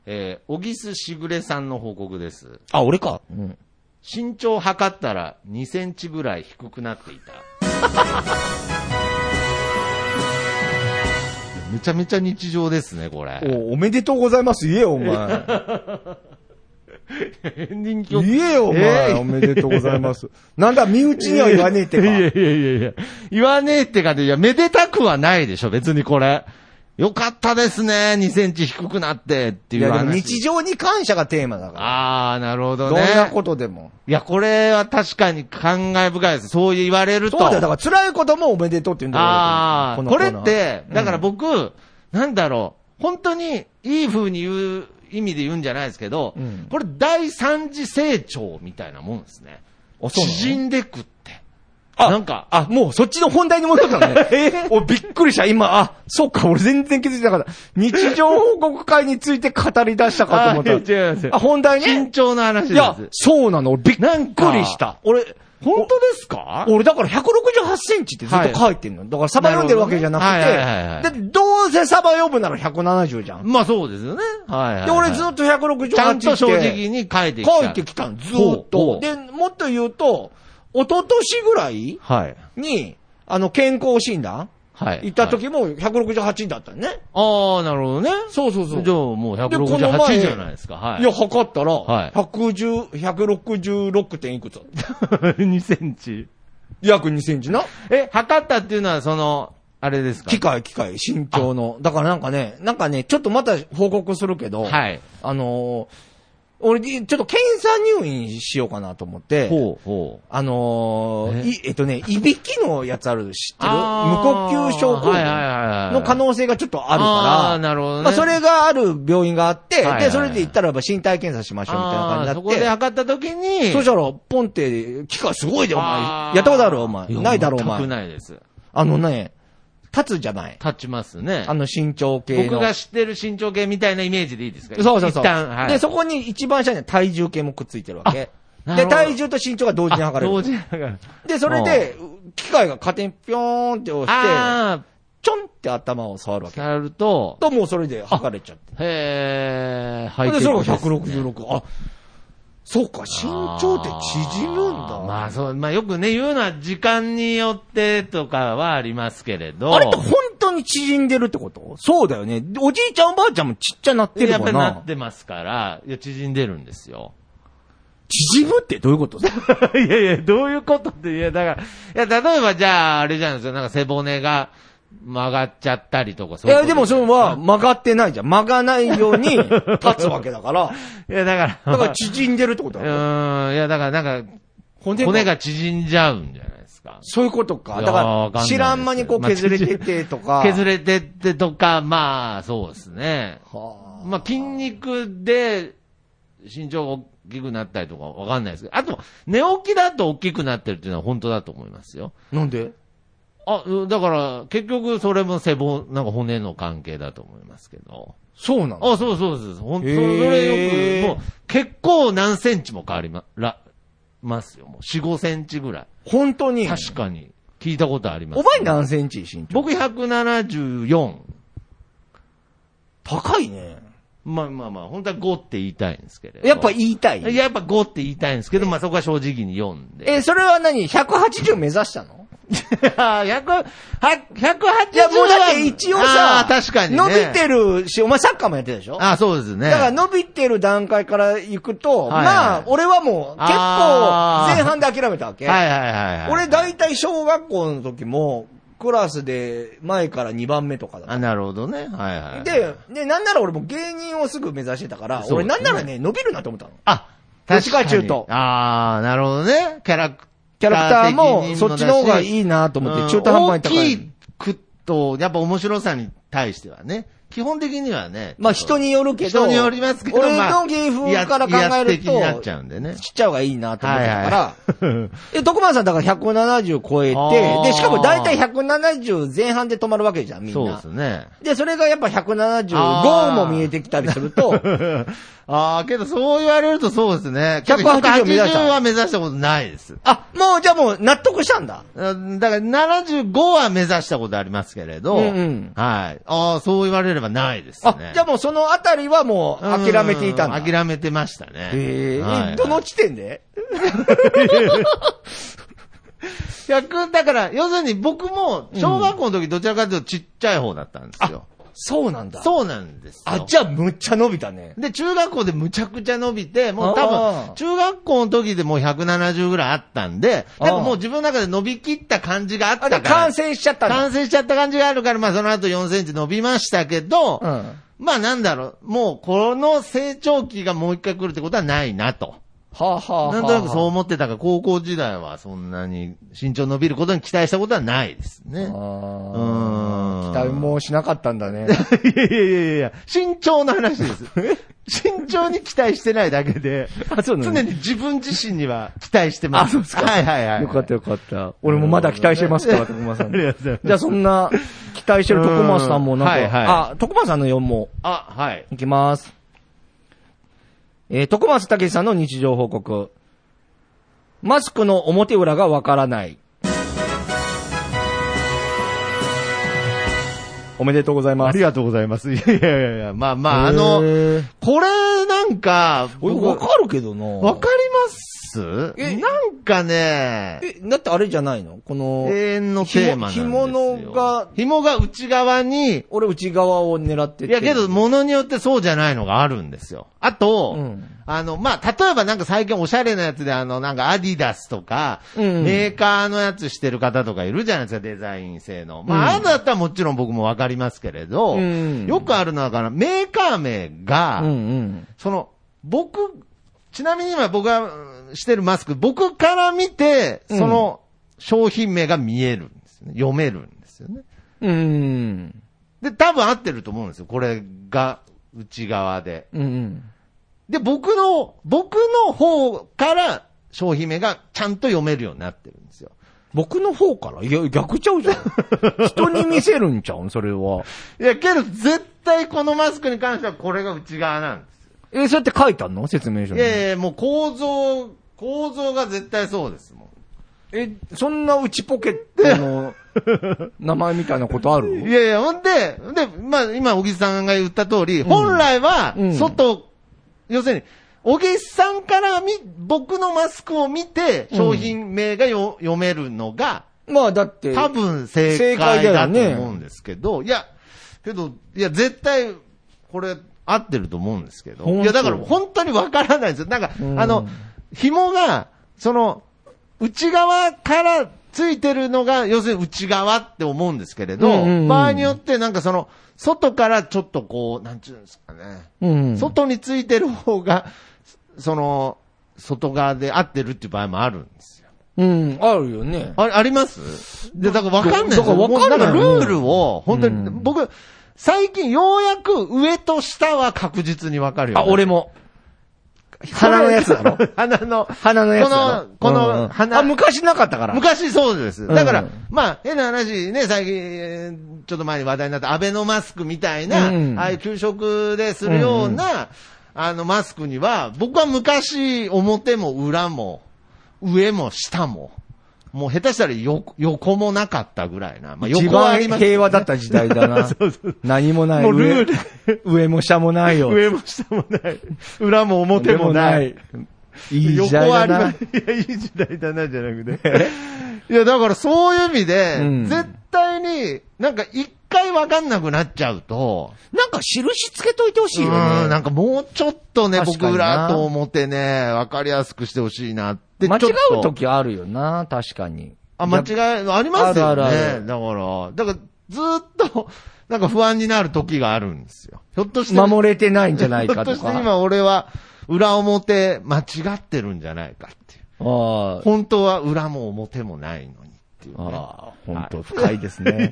えー、小木須しぐれさんの報告です。あ、俺か。うん。身長測ったら2センチぐらい低くなっていた。 めちゃめちゃ日常ですね、これ。お、おめでとうございます。言えよ、お前。エンディング曲。言えよ、おえ前。ーおめでとうございます。なんだ、身内には言わねえっていやいか。やいやいや。言わねえってかで、いや、めでたくはないでしょ、別にこれ。よかったですね、2センチ低くなってっていいうや、でも話。日常に感謝がテーマだかあー、なるほら。どどんね。なことでも。いや、これは確かに感慨深いです。そう言われるそと。うだよ。だから辛いこともおめでとうって言うんだああ、のこコれーナーって、だからうん僕、なんだろう、本当にいい風に言う意味で言うんじゃないですけど、うんこれ第三次成長みたいなもんですね。あそうなの縮んでくって。あなんか、あ、もうそっちの本題に戻ったの ね。えお、びっくりした。今、あ、そっか、俺全然気づいてなかった。日常報告会について語り出したかと思った。あ違いますあ、本題緊ね。張の話いです。や、そうなの。俺びっなんくりした。俺、本当ですか俺だから168センチってずっと書いてんの。だからサバ読んでるわけじゃなくて、なるほどねはいはいはいはいで、どうせサバ読むなら170じゃん。まあそうですよね。はいはいはい、で、俺ずっと168ってちゃんと正直に書いてきた。書いてきたの、ずほーうっほと。うで、もっと言うと、一昨年ぐらいはい。に、あの、健康診断はい。行ったはい時も168だったね。ああ、なるほどね。そうそうそう。じゃあもうでこの168前じゃないですか。はい。いや、測ったら、はい110、166点いくつだった 2センチ。約2センチな。え、測ったっていうのは、その、あれですか機械、機械、身長の。だからなんかね、なんかね、ちょっとまた報告するけど、はい。あのー俺、ちょっと検査入院しようかなと思って、ほう、ほう。あのーえい、えっとね、いびきのやつある、知ってる無呼吸症候はいはい群はいはい。の可能性がちょっとあるから、あーなるほどね。まあ、それがある病院があって、はいはいはいで、それで行ったらば身体検査しましょうみたいな感じになって。あーそこで測った時に、そしたら、ポンって、機械すごいで、お前あ。ーやったことあるお前。ないだろ、お全く前。ないです。あのね、立つじゃない。立ちますねあ。の身長計の。僕が知ってる身長計みたいなイメージでいいですかそうそうそう。一旦、はい。で、そこに一番下には体重計もくっついてるわけ。なるで、ほど体重と身長が同時に測れ同る。時に測れる。で、それで、機械が勝手にピョーンって押して、あちょんって頭を触るあ、わけ。やると、と、もうそれで測れちゃって。へえ、はで、それが166。あ、そうか、身長って縮むんだ。あーまあそう、まあよくね、言うのは時間によってとかはありますけれど。あれって本当に縮んでるってことそうだよね。おじいちゃんおばあちゃんもちっちゃなってるやっもぱんりななっ。てますから、いや、縮んでるんですよ。縮むってどういうことだ いやいや、どういうことって、いや、だから、いや、例えばじゃあ、あれじゃないですか、なんか背骨が曲がっちゃったりとか、そいういうや、ことでもそれは曲がってないじゃん。曲がないように立つわけだ から。いや、だかだら、から縮んでるってこと うだよ。ーん、いや、だからなんか、骨骨が。が縮んじゃうんじゃないですか。そういうことか。いだやーわかかんないら、です知らん間にこうまあ削れててとか。削れ。れてってとか、まあ、そうですね。はまあ、筋肉で身長が大きくなったりとかわかんないですけど、あと、寝起きだと大きくなってるっていうのは本当だと思いますよ。あ。なんであ、うんだから、結局それも背骨、なんか骨の関係だと思いますけど。そうなのあ、そうそうです。本当へそーれよく、もう、結構何センチも変わりま、ら、ますよ。もう4、5センチぐら本当い。に。確かに。聞いたことあります。お前何センチ身長僕174。高いね。まあまあまあ、本当は5って言いたいんですけれど。やっぱ言いたい。やっぱ5って言いたいんですけど、まあそこは正直に読んで。え、 それは何 ?180 目指したのあ100、は180いや、もうだって一応さ、あー確かにね。伸びてるし、お前サッカーもやってたでしょあ、そうですね。だから伸びてる段階から行くと、はいはいまあ、俺はもう結構あー前半で諦めたわけ。はいはいはいはい。俺大体小学校の時も、クラスで前から2番目とかだったあ、なるほどね。はいはい。で、で、なんなら俺も芸人をすぐ目指してたから、そう俺なんならね、伸びるなと思ったの。あ、どっ確ちかかに。中東あー、なるほどね。キャラクキャラクター的にも、だしそっちの方がいいなと思っうんて、中途半端に高大きい。いくと、やっぱ面白さに対してはね。基本的にはね。まあ人によるけ人ど、によりますけど、俺まあの芸風から考え威る圧的になっと、ちゃうんでね。ちっちゃい方がいいなと思ってたから、はいはいで、徳丸さんだから170超えあーて、で、しかも大体170前半で止まるわけじゃ ん、みんそうでなす。ね。で、それがやっぱ175あーも見えてきたりす ると、ああ、けどそう言われるとそうですね。けど180 180目指したは目指したことないです。あ、もうじゃあもう納得したんだ。うんだから75は目指したことありますけれど、うんうんはい。ああ、そう言われればないですあね。、じゃあもうそのあたりはもう諦めていたんだ。うん諦めてましたね。えーはいえどの地点で100だから、要するに僕も、小学校の時どちらかというとちっちゃい方だったんですよ。そうなんだ。う。そうなんですよ。あ、じゃあむっちゃ伸びたね。で、中学校でむちゃくちゃ伸びて、もう多あー分、中学校の時でもう170ぐらいあったんで、なんあかーもう自分の中で伸びきった感じがあったあ、じゃかあら。感染しちゃったんだ。完成しちゃった感じがあるから、まあその後4センチ伸びましたけど、うんまあなんだろう、もうこの成長期がもう一回来るってことはないなと。はあ、はあはあ、なんとなくそう思ってたから、高校時代はそんなに身長伸びることに期待したことはないですね。うあーーん期待もしなかったん だね。いやいやいやいや、身長の話 です。身長に期待してないだけで、あそうなの 常に自分自身には期待してます。はいはいはい。よかったよかった。俺もまだ期待してますから、徳間さん。 ありがとうございます じゃあそんな、期待してる徳間さんもなんか、うんはいはいあ、徳間さんの4も、あ、はい。いきます。えー、徳松武さんの日常報告。マスクの表裏がわからない。おめでとうございあまりす。がとうございます。いやいやいやいや、まあまあ、あのへ、ー、これなんか、俺僕わかるけどな。わかりますえなんかね、え、だってあれじゃないのこの、永遠のテーマなんですよ。紐紐が紐が内側に、俺内側を狙っていてやけど、物によってそうじゃないのがあるんですよ。あと、うんあの、まあ、例えばなんか最近おしゃれなやつで、あの、なんかアディダスとか、うんメーカーのやつしてる方とかいるじゃないですか、デザイン性の。まあ、うんああいうのだったらもちろん僕もわかりますけれど、うんよくあるのはだから、メーカー名が、うんうん。その、僕、ちなみに今僕がうんしてるマスク、僕から見て、うんその商品名が見えるんですよね。読めるんですよね。うん。で、多分合ってると思うんですよ。これが内側で。うんうん。で、僕の、僕の方から商品名がちゃんと読めるようになってるんですよ。僕の方からいや、逆ちゃうじゃん。人に見せるんちゃうんそれは。いや、けど絶対このマスクに関してはこれが内側なんですえ、そうやって書いてあんの説明書よ。いに。やいや、もう構造、構造が絶対そうですもん。え、そんな内ポケットの名前みたいなことあいるやいや、ほんで、で、まあ、今、小木さんが言った通り、本来はうん、外、要するに、小木さんからみ、僕のマスクを見て、商品名がよ、読めるのが、まあだって、多分正正解解だよだとね思うんですけど、いや、けど、いや、絶対、これ、合ってると思うんですけど、本当いや、だから本当にわからないんですよ。なんか、うんあの、紐が、その、内側からついてるのが、要するに内側って思うんですけれど、うんうんうん場合によってなんかその、外からちょっとこう、なんちゅうんですかね、うん。外についてる方が、その、外側で合ってるっていう場合もあるんですよ。うん、あるよね。あありますで、だからわかんないだからわかんなだいからルールを、本当に、うん僕、最近ようやく上と下は確実にわかるよ、あ、俺も。鼻のやつだろ。 鼻の、 鼻のやつだろ。このこのうん鼻あ、昔なかったから。昔そうです。だから、うんまあ、変な話ね、最近、えーちょっと前に話題になったアベノマスクみたいな、うんああいう給食でするような、あの、マスクには、僕は昔、表も裏も、上も下も、もう下手したらよ横もなかったぐらいな。まあ、一横はあ番ります平和だった時代だな。 何もない。もうルール。上も下もないよ。上も下もない。裏も表もない。。いい時代横はあだりまなす。。いや、いい時代だな、じゃなくて。いや、だからそういう意味で、うん絶対に、なんか一回わかんなくなっちゃうと、なんか印つけといてほしいようんね。なんかもうちょっとね、確かに僕ならと表ね、わかりやすくしてほしいなって。間違ちょっう時あるよな、確かに。あ、間違い、ありますよね。あるあるあるだから、だからずっと、なんか不安になる時があるんですよ。ひょっとして、守れてないんじゃないかひょとっとしてか。今俺は、裏表間違ってるんじゃないかっていう。ああ本当は裏も表もないのにっていう、ね。ああ、本当深いですね。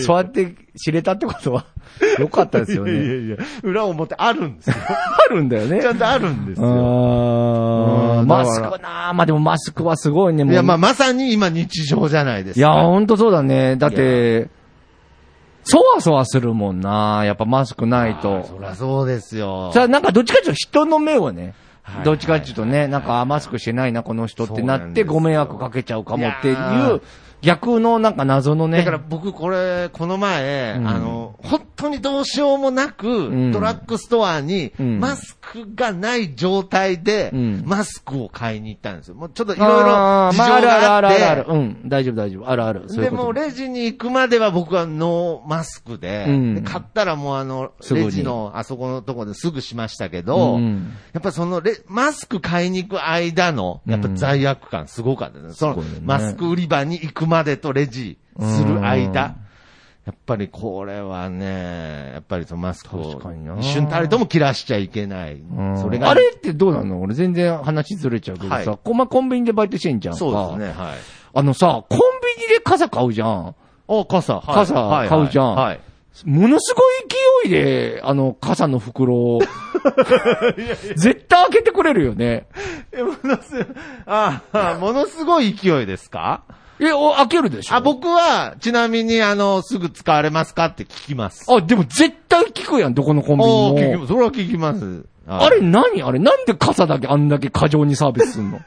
そうやって知れたってこと は、良かったですよいやいね。やいや、裏表あるん ですよ。あるんだよねち。ゃんとあるんですよ。あうあ、んマだスからクなあまあでもマスクはすごいね、もういや、まあ、まさに今日常じゃないですいか。や、ほんとそうだね。だって、そわそわするもんな。やっぱマスクないそと。りゃそうですよ。さあ、なんかどっちかっていうと人の目をねはいは、いどっちかっていうとね、なんかあマスクしてないな、この人ってそうななっんでてすよご迷惑かけちゃうかもっていいやうー、逆のなんか謎のね。だから僕これ、この前、うんあの、本当にどうしようもなく、んドラッグストアに、うんマスクがない状態で、うんマスクを買いに行ったんですよ。もうちょっといいろいろ事情があるあるあるっある。うん、大丈夫大丈夫。あるある。て、そういでうこともうレジに行くまでは僕はノーマスクで、うんで買ったらもうあの、すぐにレジのあそこのとこですぐしましたけうど、んやっぱそのレ、マスク買いに行く間の、やっぱ罪悪感すごかったね。そのすごいよね、マスク売り場に行くまでとレジする間。やっぱりこれはね、やっぱりそのマスクを確かにな一瞬たりとも切らしちゃいけない。うんそれが。あれってどうなの俺全然話ずれちゃうけどはいさ、こまコンビニでバイトしてんじゃんか。そうですね、はい。あのさ、コンビニで傘買うじゃん。お、傘、はい傘はい買うじゃんはい。ものすごい勢いで、あの、傘の袋を。絶対開けてくれるよね。え、ものすごい、ああ、ものすごい勢いですかえ、お開けるでしょあ、。僕は、ちなみに、あの、すぐ使われますかって聞きます。あ、でも絶対聞くやん、どこのコンビおーニ聞も。き、それは聞きます。あれ何あれなんで傘だけあんだけ過剰にサービスすん の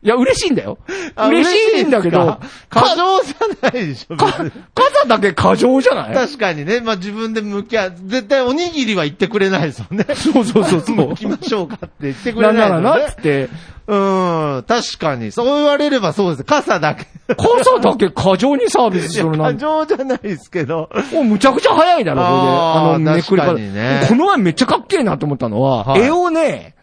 いや、嬉しいんだよ。あ嬉しいんだけど、過 剰じゃないでしょ、別に傘だけ過剰じゃない確かにね、まあ自分で向き合う。絶対おにぎりは言ってくれないですもんね。そうそうそうそ向きう。ましょうかって言ってくなれんなないでらすもんなっねつ。って、うん、確かに。そう言われればそうです。傘だけ。傘だけ過剰にサービスするな過んて。剰じゃないですけど。もうむちゃくちゃ早いだろ、これで。あーあの、めくり方確かにねこの前めっちゃかっけえなと思ったのは、はい絵をね、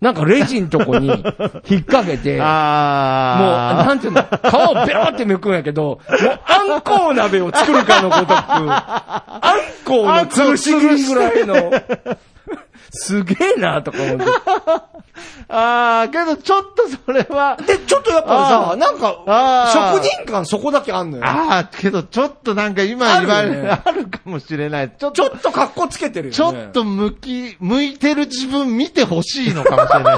なんかレジんとこに引っ掛け て、もう、あなんていうの、皮をベロってめくんやけど、もう、あんこう鍋を作るかのごとく、あんこうの吊るし切りぐらいの、すげえ なとか思って。ーあー、けどちょっとそれは。で、ちょっとやっぱあさ、ーなんか、あー職人感そこだけあんのよ。ああ、けどちょっとなんか今言われあるよねあるかもしれない。ちょっちょと、っと格好つけてるよね。ちょっと向き、向いてる自分見てほしいのかもしれな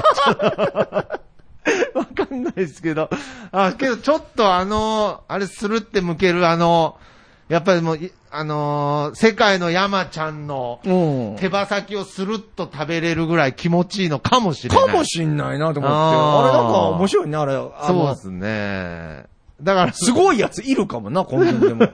い。わかんないですけど。あ、けどちょっとあの、あれするって向けるあの、やっぱりもうい、あのー世界の山ちゃんのうん。手羽先をスルッと食べれるぐらい気持ちいいのかもしれない。かもしんないなと思って。ああーれなんか面白いね、あれ。あそうのですね。だから、すごいやついるかも な、コンビニでも。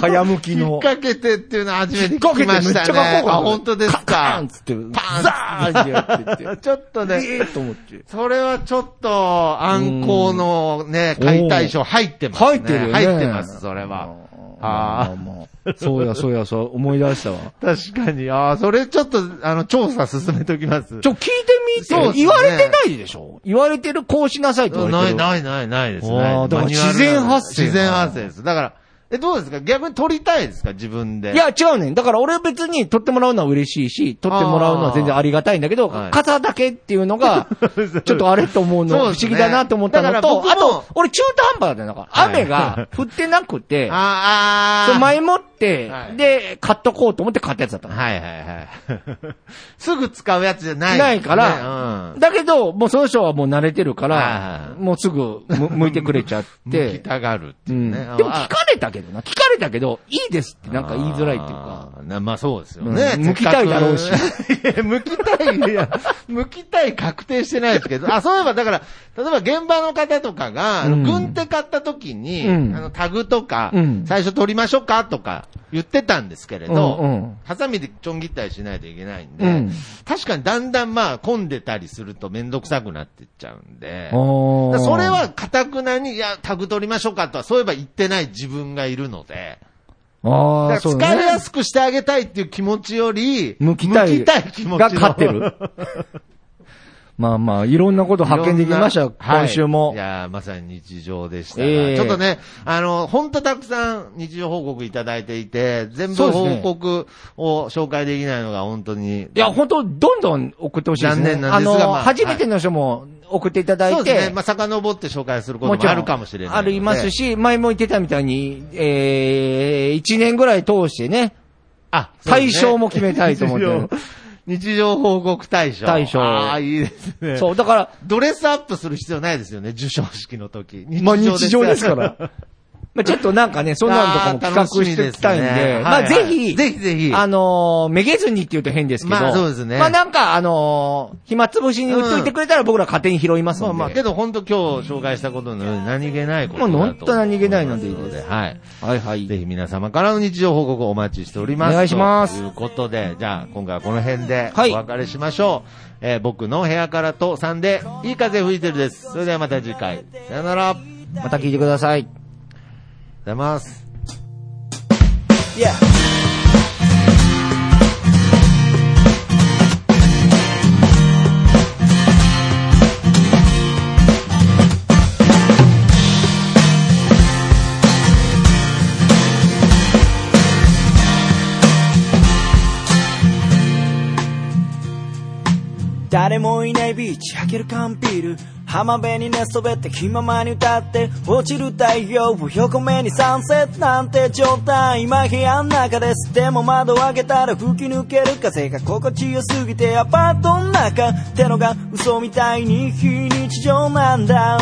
早向き引っの。掛けてっていうのは初めて引聞きましたね。あ、本当ですカーかンっ。つって、パーンザーンってや ってって。ちょっとね。ええと思って。それはちょっと、アンコウのね、解体ショー入ってますね。入ってるよね。入ってます、それは。。ああ、まあ。そうや、そうや、そう、思い出したわ。確かに。ああ、それちょっと、あの、調査進めときます。ちょ、聞いてみてそうよ。っすね言われてないでしょ言われてる、こうしなさいって言わなれい、てる。ない、ない、ないですね。あーだからマニュアルな自んで然発生自然発生です。だから、え、どうですか逆に撮りたいですか自分で。い、や、違うねん。だから俺別に取ってもらうのは嬉しいし、取ってもらうのは全然ありがたいんだけど、はい傘だけっていうの が、ちょっとあれと思うの、そうで不す思ね議だなと思ったのだから僕と、もあと、俺中途半端だったよ。だからはい雨が降ってなくて、 あそーあー。う前もっては、いで、買っとこうと思って買ったやつだったの。はい、はい、はい。 すぐ使うやつじゃない、ないからね、だけど、もうその人はもう慣れてるかはらい、 もうすぐむ向いてくれちゃっうん。向きて、たがるってういうんね。でも聞かれたけるな。聞かれたけど、いいですってなんか言いづらいっていうか。あーなまあそうですよね。うん剥きたいだろうしせっかく いや、剥きたい、いや、剥きたい確定してないですけど、あ、そういえばだから、例えば現場の方とかが、あのうん軍手買った時に、うんあのタグとか、うん最初取りましょうかとか言ってたんですけれど、うんうんハサミでちょん切ったりしないといけないんで、うん確かにだんだんまあ混んでたりするとめんどくさくなってっちゃうんで、おーだからそれは、かたくなに、いや、タグ取りましょうかとは、そういえば言ってない自分がいるので、ああ、だかそうらね疲れやすくしてあげたいっていう気持ちより、向きたい。向きたい気持ちのが勝ってる。まあまあ、いろんなこと発見できましたよ、はい今週も。いやーまさに日常でしたが、ええちょっとね、あの、ほんとたくさん日常報告いただいていて、全そう部ですね報告を紹介できないのが本当に。いや、本当どんどん送ってほしいですね。残念なんですがあの、まあ初めての人も送っていただそういですて、ね。まあ、遡って紹介するこもちともろんあるかもしれないあので。りますし、前も言ってたみたいに、えー、1年ぐらい通してね、あ、そうですね対象も決めたいと思ってる。日常日常報告対象。対象ああ、いいですね。そう、だから、ドレスアップする必要ないですよね、授賞式の時。まあ日常ですかよら。まあちょっとなんかね、そんなんとかも企画していきたいんで、あー楽しみですねまあはいぜはいひ、ぜひぜひあのーめげずにって言うと変ですけど、まあそうですねまあなんか、あのー暇つぶしに売っといてくれたら僕ら勝手に拾いますんまで。あまあ、けど本当今日紹介したことのように何気ないことだともう思い本ます当何気ないのでいいですはい。はいはい。ぜひ皆様からの日常報告をお待ちしております。お願いしますということで、じゃあ今回はこの辺でおはい別れしましょう。えー僕の部屋からと3で、いい風吹いてるです。それではまた次回。さよなら。ありがとうまた聞いてください。ございます。誰もいないビーチ開ける缶ビール浜辺に寝そべって気ままに歌って落ちる太陽を横目にサンセットなんて状態今部屋の中ですでも窓を開けたら吹き抜ける風が心地よすぎてアパートの中ってのが嘘みたいに非日常なんだ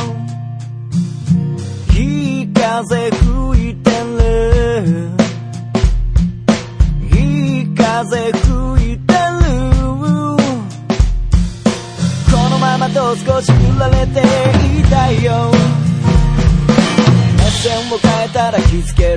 いい風吹いてるいい風吹いてるこのままと少し振られていたいよ目線を変えたら気づけ